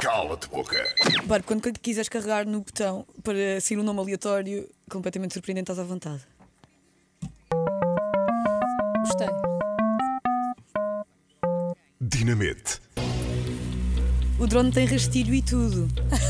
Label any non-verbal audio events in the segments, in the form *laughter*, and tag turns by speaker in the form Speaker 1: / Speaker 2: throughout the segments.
Speaker 1: Cala-te, boca.
Speaker 2: Barb, quando quiseres carregar no botão para sair um nome aleatório, completamente surpreendente, estás à vontade.
Speaker 3: Gostei.
Speaker 1: Dinamite.
Speaker 2: O drone tem rastilho e tudo.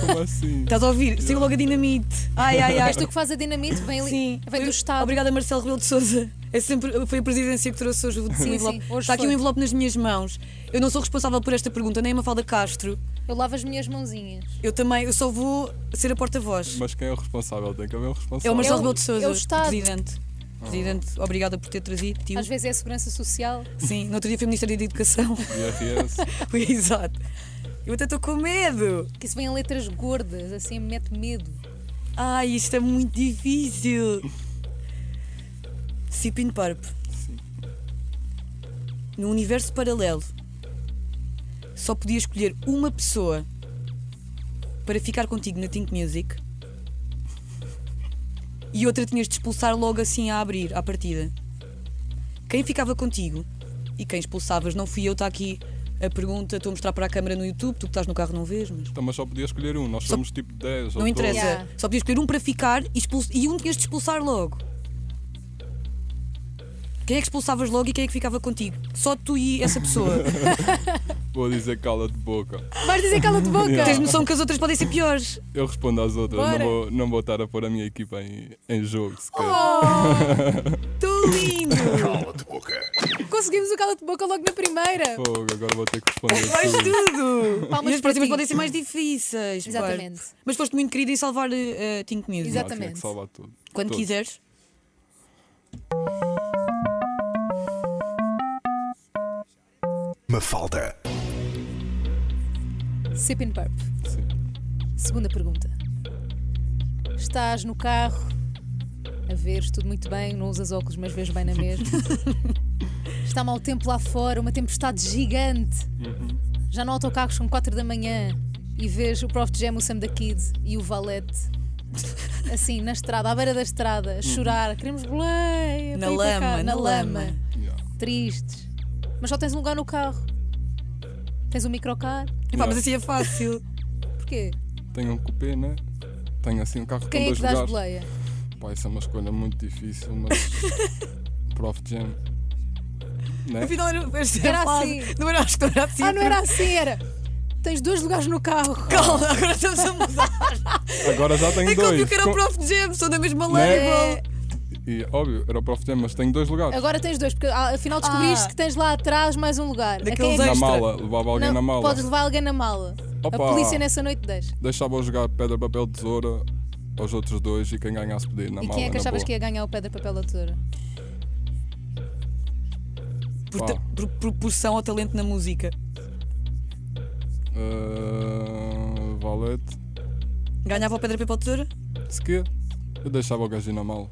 Speaker 4: Como
Speaker 2: *laughs*
Speaker 4: assim?
Speaker 2: Estás a ouvir? Saiu logo a dinamite. Ai, ai, ai.
Speaker 3: És tu que faz a dinamite, *laughs* vem ali,
Speaker 2: Sim.
Speaker 3: vem do
Speaker 2: Foi-
Speaker 3: Estado.
Speaker 2: Obrigada, Marcelo Rebelo de Souza. É sempre, foi a presidência que trouxe hoje o sim, envelope.
Speaker 3: sim, hoje
Speaker 2: Está aqui
Speaker 3: foi.
Speaker 2: um envelope nas minhas mãos. Eu não sou responsável por esta pergunta, nem a Mafalda Castro.
Speaker 3: Eu lavo as minhas mãozinhas.
Speaker 2: Eu também, eu só vou ser a porta-voz.
Speaker 4: Mas quem é o responsável? Tem que haver um
Speaker 2: É
Speaker 4: responsável.
Speaker 2: o Marcelo
Speaker 3: Eu-
Speaker 2: Rebelo de Souza,
Speaker 3: eu estava.
Speaker 2: presidente. Presidente, obrigada por ter trazido, tio.
Speaker 3: Às vezes é a segurança social.
Speaker 2: Sim, no outro dia foi Ministério da
Speaker 3: *laughs*
Speaker 2: Educação.
Speaker 4: IRS.
Speaker 2: Foi, *laughs* Exato. Eu até estou com medo.
Speaker 3: Que isso vem em letras gordas, assim me mete medo.
Speaker 2: Ai, isto é muito difícil. Sipin Purp. No universo paralelo, só podia escolher uma pessoa para ficar contigo na Think Music e outra tinhas de expulsar logo assim a abrir, à partida. Quem ficava contigo e quem expulsavas? Não fui eu, está aqui a pergunta, estou a mostrar para a câmara no YouTube, tu que estás no carro não vês, mas.
Speaker 4: Então, mas só podia escolher um. Nós
Speaker 2: Só-
Speaker 4: somos tipo 10 ou
Speaker 2: Não interessa.
Speaker 3: Yeah.
Speaker 2: Só podias escolher um para ficar e, expuls- e um tinhas de expulsar logo. Quem é que expulsavas logo e quem é que ficava contigo? Só tu e essa pessoa.
Speaker 4: 12. Vou dizer cala de boca.
Speaker 3: Vais dizer cala de boca!
Speaker 2: *laughs*
Speaker 4: *laughs* Yeah.
Speaker 2: Tens noção que as outras podem ser piores.
Speaker 4: Eu respondo às outras. Não
Speaker 3: Bora.
Speaker 4: vou, não vou estar a pôr a minha equipa em, em jogo. Se
Speaker 2: Oh!
Speaker 4: calhar.
Speaker 2: Tão lindo!
Speaker 1: Cala-te, boca.
Speaker 3: Conseguimos o cala de boca logo na primeira!
Speaker 4: Fogo, agora vou ter que responder. *laughs*
Speaker 2: Faz
Speaker 4: tudo.
Speaker 2: tudo!
Speaker 3: Palmas
Speaker 2: e as
Speaker 3: para
Speaker 2: próximas
Speaker 3: ti.
Speaker 2: podem ser mais difíceis. pá.
Speaker 3: Exatamente.
Speaker 2: Mas foste muito querida em salvar uh, Think Music.
Speaker 4: Não, tinha
Speaker 3: Exatamente.
Speaker 4: que salvar tudo.
Speaker 2: Quando
Speaker 4: Tudo.
Speaker 2: quiseres.
Speaker 1: Mafalda.
Speaker 3: Sip and Purp.
Speaker 4: Sim.
Speaker 3: Segunda pergunta. Estás no carro a veres tudo muito bem, não usas óculos, mas vês bem na mesma. Está mau tempo lá fora, uma tempestade gigante. Já não há autocarros são 4 da manhã e vês o Prof Jam, o Sam da Kid e o Valete assim na estrada, à beira da estrada, a chorar, queremos boleia,
Speaker 2: Na
Speaker 3: para ir para cá,
Speaker 2: lama, na lama.
Speaker 4: Yeah.
Speaker 3: Tristes. Mas só tens um lugar no carro. Tens um microcar.
Speaker 2: Pá,
Speaker 4: Não.
Speaker 2: mas assim é
Speaker 4: *laughs*
Speaker 2: fácil.
Speaker 3: Porquê?
Speaker 4: Tenho um cupê, né? Tenho assim um carro
Speaker 3: Quem
Speaker 4: com
Speaker 3: é
Speaker 4: dois
Speaker 3: que dás
Speaker 4: lugares.
Speaker 3: boleia?
Speaker 4: Pá, isso é uma escolha muito difícil,
Speaker 2: *laughs*
Speaker 4: mas. Prof. Jam. Né?
Speaker 2: Afinal, era, esta
Speaker 3: Era
Speaker 2: a fase.
Speaker 3: assim.
Speaker 2: Não era acho que era assim.
Speaker 3: Ah,
Speaker 4: é.
Speaker 3: não era assim, era. Tens dois lugares no carro.
Speaker 2: Calma, agora estamos a mudar.
Speaker 4: Agora já tenho
Speaker 2: É que
Speaker 4: dois.
Speaker 2: óbvio que era o
Speaker 4: Com-
Speaker 2: Prof. James, são da mesma label.
Speaker 3: É.
Speaker 4: Né? E óbvio, era o Prof. Jam, mas tenho dois lugares.
Speaker 3: Agora tens dois, porque ah, afinal descobriste
Speaker 2: Ah.
Speaker 3: que tens lá atrás mais um lugar. A
Speaker 2: Daqueles
Speaker 3: que-
Speaker 4: na
Speaker 2: extra.
Speaker 4: mala, levava alguém
Speaker 3: Não,
Speaker 4: na mala.
Speaker 3: Podes levar alguém na mala.
Speaker 4: Opa.
Speaker 3: A polícia nessa noite deixa.
Speaker 4: Deixava-o jogar pedra, papel, tesoura aos outros dois e quem ganhasse podia ir na
Speaker 3: E
Speaker 4: mala.
Speaker 3: quem é que
Speaker 4: na
Speaker 3: achavas
Speaker 4: boa.
Speaker 3: que ia ganhar o pedra, papel ou tesoura?
Speaker 2: Por,
Speaker 4: Pá.
Speaker 2: ta- por proporção ao talento na música.
Speaker 4: Ah, valete.
Speaker 2: Ganhava o Pedra Papel Tesoura?
Speaker 4: Se quê? Eu deixava o gajo ir na mala.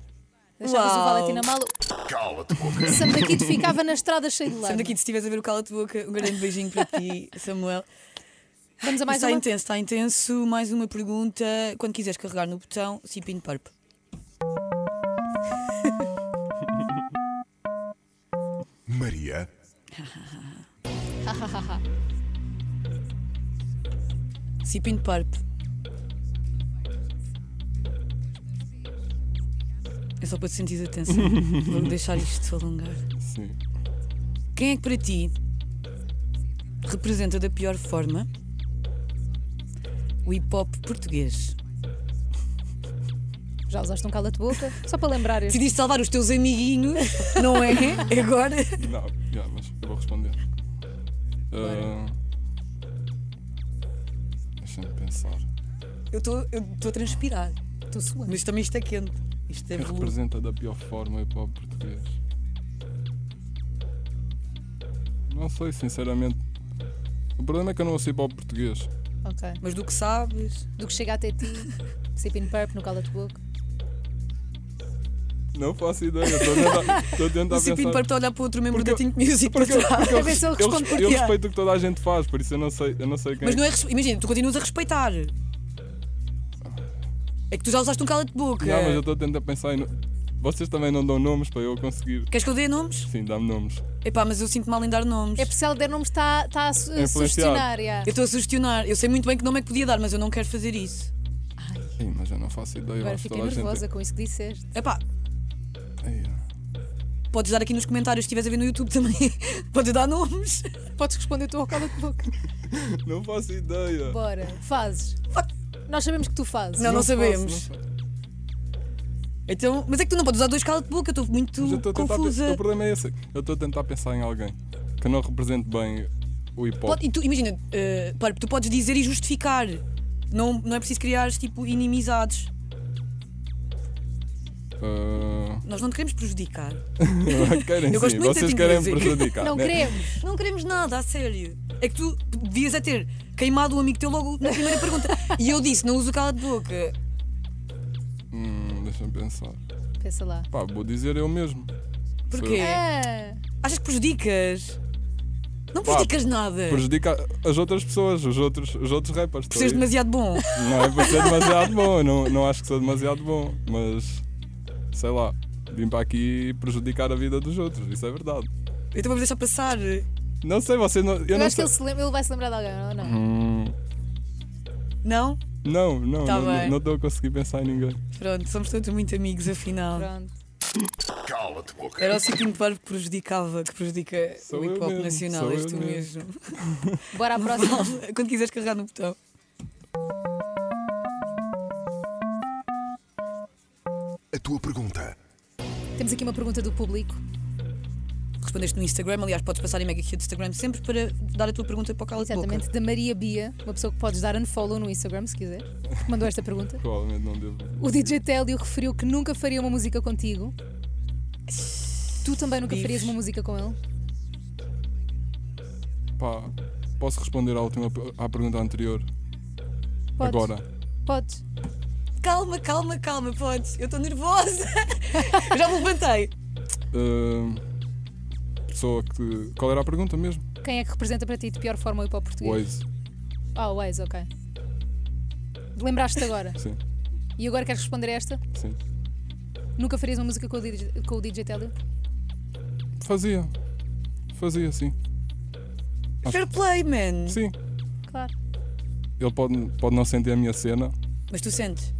Speaker 3: Deixavas o
Speaker 2: Uau.
Speaker 3: Valentim na mala.
Speaker 1: Cala-te, boca.
Speaker 3: Sam daqui te ficava na estrada cheio de lama.
Speaker 2: Sendo aqui, se estiveres a ver o Cala de Boca, um
Speaker 3: *laughs*
Speaker 2: grande beijinho para ti, Samuel.
Speaker 3: Vamos a mais
Speaker 2: está
Speaker 3: uma.
Speaker 2: intenso, está intenso. Mais uma pergunta. Quando quiseres carregar no botão, Sipin Purp.
Speaker 1: Maria.
Speaker 2: Sipin Purp. É só para te sentir
Speaker 3: *laughs*
Speaker 2: atenção. Vou deixar isto alongar.
Speaker 4: Sim.
Speaker 2: Quem é que para ti representa da pior forma o hip hop português?
Speaker 3: Já usaste um cala de boca? Só para lembrar. este.
Speaker 2: Decidiste salvar os teus amiguinhos, não é? Agora.
Speaker 4: Não, já, mas eu vou responder. Ah, Deixa-me pensar.
Speaker 2: Eu estou a transpirar.
Speaker 3: Estou suando.
Speaker 2: Mas também isto é quente. Isto é
Speaker 4: Quem
Speaker 2: veludo.
Speaker 4: representa da pior forma o hip hop português? Não sei, sinceramente. O problema é que eu não ouço hip hop português.
Speaker 3: Ok.
Speaker 2: Mas do que sabes.
Speaker 3: Do que chega até ti, sipping purp no cala de boca.
Speaker 4: Não faço ideia, estou a tentar, estou
Speaker 3: *laughs*
Speaker 4: a tentar
Speaker 2: O Cipinho
Speaker 4: pensar.
Speaker 2: para olhar para outro membro
Speaker 4: Porque
Speaker 2: da Think Music *laughs*
Speaker 4: porque
Speaker 2: para trás.
Speaker 3: Para ver se ele
Speaker 4: Eu,
Speaker 3: responde
Speaker 4: res-
Speaker 3: por
Speaker 4: eu
Speaker 2: ti.
Speaker 4: respeito o que toda a gente faz, por isso eu não sei, eu não sei quem
Speaker 2: Mas
Speaker 4: é
Speaker 2: não é. res- Imagina, tu continuas a respeitar. É que tu já usaste um cala de boca.
Speaker 4: Não, mas eu estou a tentar pensar em. Vocês também não dão nomes para eu conseguir.
Speaker 2: Queres que eu dê nomes?
Speaker 4: Sim, dá-me nomes.
Speaker 2: Epá, mas eu sinto mal em dar nomes.
Speaker 3: É porque se ela der nomes está está a su-
Speaker 4: É
Speaker 3: sugestionar. yeah.
Speaker 2: Eu estou a sugestionar. Eu sei muito bem que nome é que podia dar, mas eu não quero fazer isso.
Speaker 4: Sim, mas eu não faço ideia.
Speaker 3: Agora
Speaker 4: acho que
Speaker 3: fiquei
Speaker 4: toda a gente- é.
Speaker 3: nervosa com isso que disseste.
Speaker 2: Epá,
Speaker 4: Ei,
Speaker 2: podes dar aqui nos comentários se estiveres a ver no YouTube também. *laughs* podes dar nomes.
Speaker 3: Podes responder tu ao cala-te boca.
Speaker 4: *laughs* Não faço
Speaker 3: *laughs*
Speaker 4: ideia.
Speaker 3: Bora, fazes. Nós sabemos que tu fazes.
Speaker 2: Não, não,
Speaker 4: faço,
Speaker 2: sabemos.
Speaker 4: não faço.
Speaker 2: Então, mas é que tu não podes usar dois cala de boca, eu estou muito
Speaker 4: Mas eu estou a tentar
Speaker 2: confusa.
Speaker 4: pensar- O problema é esse. Eu estou a tentar pensar em alguém que não represente bem o hip hop.
Speaker 2: Pode- e tu, imagina, eh, para- tu podes dizer e justificar. Não, não é preciso criar tipo inimizades.
Speaker 4: Ah,
Speaker 2: Nós não te queremos prejudicar.
Speaker 4: *laughs* querem
Speaker 2: Eu gosto
Speaker 4: sim,
Speaker 2: muito da
Speaker 4: vocês
Speaker 2: tua
Speaker 4: querem
Speaker 2: música.
Speaker 4: prejudicar.
Speaker 3: Não
Speaker 4: né?
Speaker 3: queremos.
Speaker 2: Não queremos nada, a sério. É que tu devias é ter queimado um amigo teu logo na primeira pergunta. E eu disse, não uso cala de boca.
Speaker 4: Hum, Deixa-me pensar.
Speaker 3: Pensa lá.
Speaker 4: Pá, vou dizer eu mesmo.
Speaker 2: Porquê?
Speaker 3: Ah,
Speaker 2: Achas que prejudicas? Não
Speaker 4: Pá,
Speaker 2: prejudicas nada.
Speaker 4: Prejudica as outras pessoas, os outros, os outros rappers.
Speaker 2: Por seres
Speaker 4: estou aí.
Speaker 2: demasiado bom.
Speaker 4: Não é por ser demasiado bom, eu não, não acho que sou demasiado bom, mas sei lá, vim para aqui prejudicar a vida dos outros, isso é verdade.
Speaker 2: Então vamos deixar passar.
Speaker 4: Não sei, você não. Eu
Speaker 3: eu
Speaker 4: não
Speaker 3: acho que
Speaker 4: sei.
Speaker 3: ele, se lembra, ele vai se lembrar de alguém, ou não?
Speaker 4: Hum,
Speaker 2: Não?
Speaker 4: não, não,
Speaker 2: Tá
Speaker 4: não-
Speaker 2: bem.
Speaker 4: não estou a conseguir pensar em ninguém.
Speaker 2: Pronto, somos todos muito amigos, afinal.
Speaker 3: Pronto.
Speaker 1: Cala-te boca.
Speaker 2: Era o seguinte barco que prejudicava, que prejudica
Speaker 4: Sou
Speaker 2: o
Speaker 4: eu
Speaker 2: hip hop
Speaker 4: mesmo,
Speaker 2: nacional,
Speaker 4: sou
Speaker 2: és
Speaker 4: eu
Speaker 2: tu
Speaker 4: mesmo.
Speaker 2: mesmo.
Speaker 3: Bora à próxima.
Speaker 2: *laughs* Quando quiseres carregar no botão.
Speaker 1: A tua pergunta.
Speaker 3: Temos aqui uma pergunta do público.
Speaker 2: Respondeste no Instagram, aliás, podes passar em Mega Cute Instagram sempre para dar a tua pergunta para o cala de boca.
Speaker 3: Exatamente, da Maria Bia, uma pessoa que podes dar unfollow no Instagram se quiser, que mandou esta pergunta.
Speaker 4: Provavelmente não devo.
Speaker 3: O DJ Télio referiu que nunca faria uma música contigo. Tu também nunca
Speaker 2: Bifes.
Speaker 3: farias uma música com ele?
Speaker 4: Pá, posso responder à última pe- à pergunta anterior?
Speaker 3: Podes.
Speaker 4: Agora.
Speaker 3: Podes.
Speaker 2: Calma, calma, calma, podes. Eu estou nervosa. Eu já me levantei.
Speaker 4: Hum, pessoa que. Qual era a pergunta mesmo?
Speaker 3: Quem é que representa para ti de pior forma o hip hop português?
Speaker 4: Waze,
Speaker 3: Ah, o Waze, ok. Lembraste-te agora.
Speaker 4: sim,
Speaker 3: E agora queres responder a esta?
Speaker 4: sim.
Speaker 3: Nunca farias uma música com o DJ, com o DJ Télio?
Speaker 4: Fazia. Fazia, sim. Acho-
Speaker 2: Fair play, man.
Speaker 4: Sim.
Speaker 2: *laughs*
Speaker 3: Claro.
Speaker 4: Ele pode, pode não sentir a minha cena.
Speaker 2: Mas tu sentes?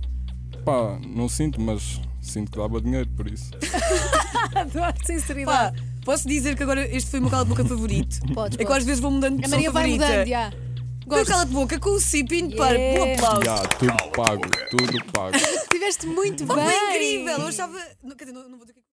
Speaker 4: Pá, não sinto, mas sinto que dava dinheiro por isso.
Speaker 3: Adoro
Speaker 2: Pá,
Speaker 3: sinceridade.
Speaker 2: posso dizer que agora este foi o meu cala de boca favorito.
Speaker 3: Podes,
Speaker 2: É que eu às
Speaker 3: podes.
Speaker 2: vezes vou mudando de
Speaker 3: A
Speaker 2: pessoa
Speaker 3: Maria vai
Speaker 2: favorita.
Speaker 3: mudando, já.
Speaker 2: Foi o
Speaker 3: Gosto.
Speaker 2: cala de boca com o cipinho para.
Speaker 3: Yeah.
Speaker 2: Bom aplauso.
Speaker 4: Já, tudo pago, tudo pago.
Speaker 3: Estiveste muito
Speaker 2: Foi
Speaker 3: bem.
Speaker 2: incrível. Eu achava. não, Quer dizer, não, não vou dizer que-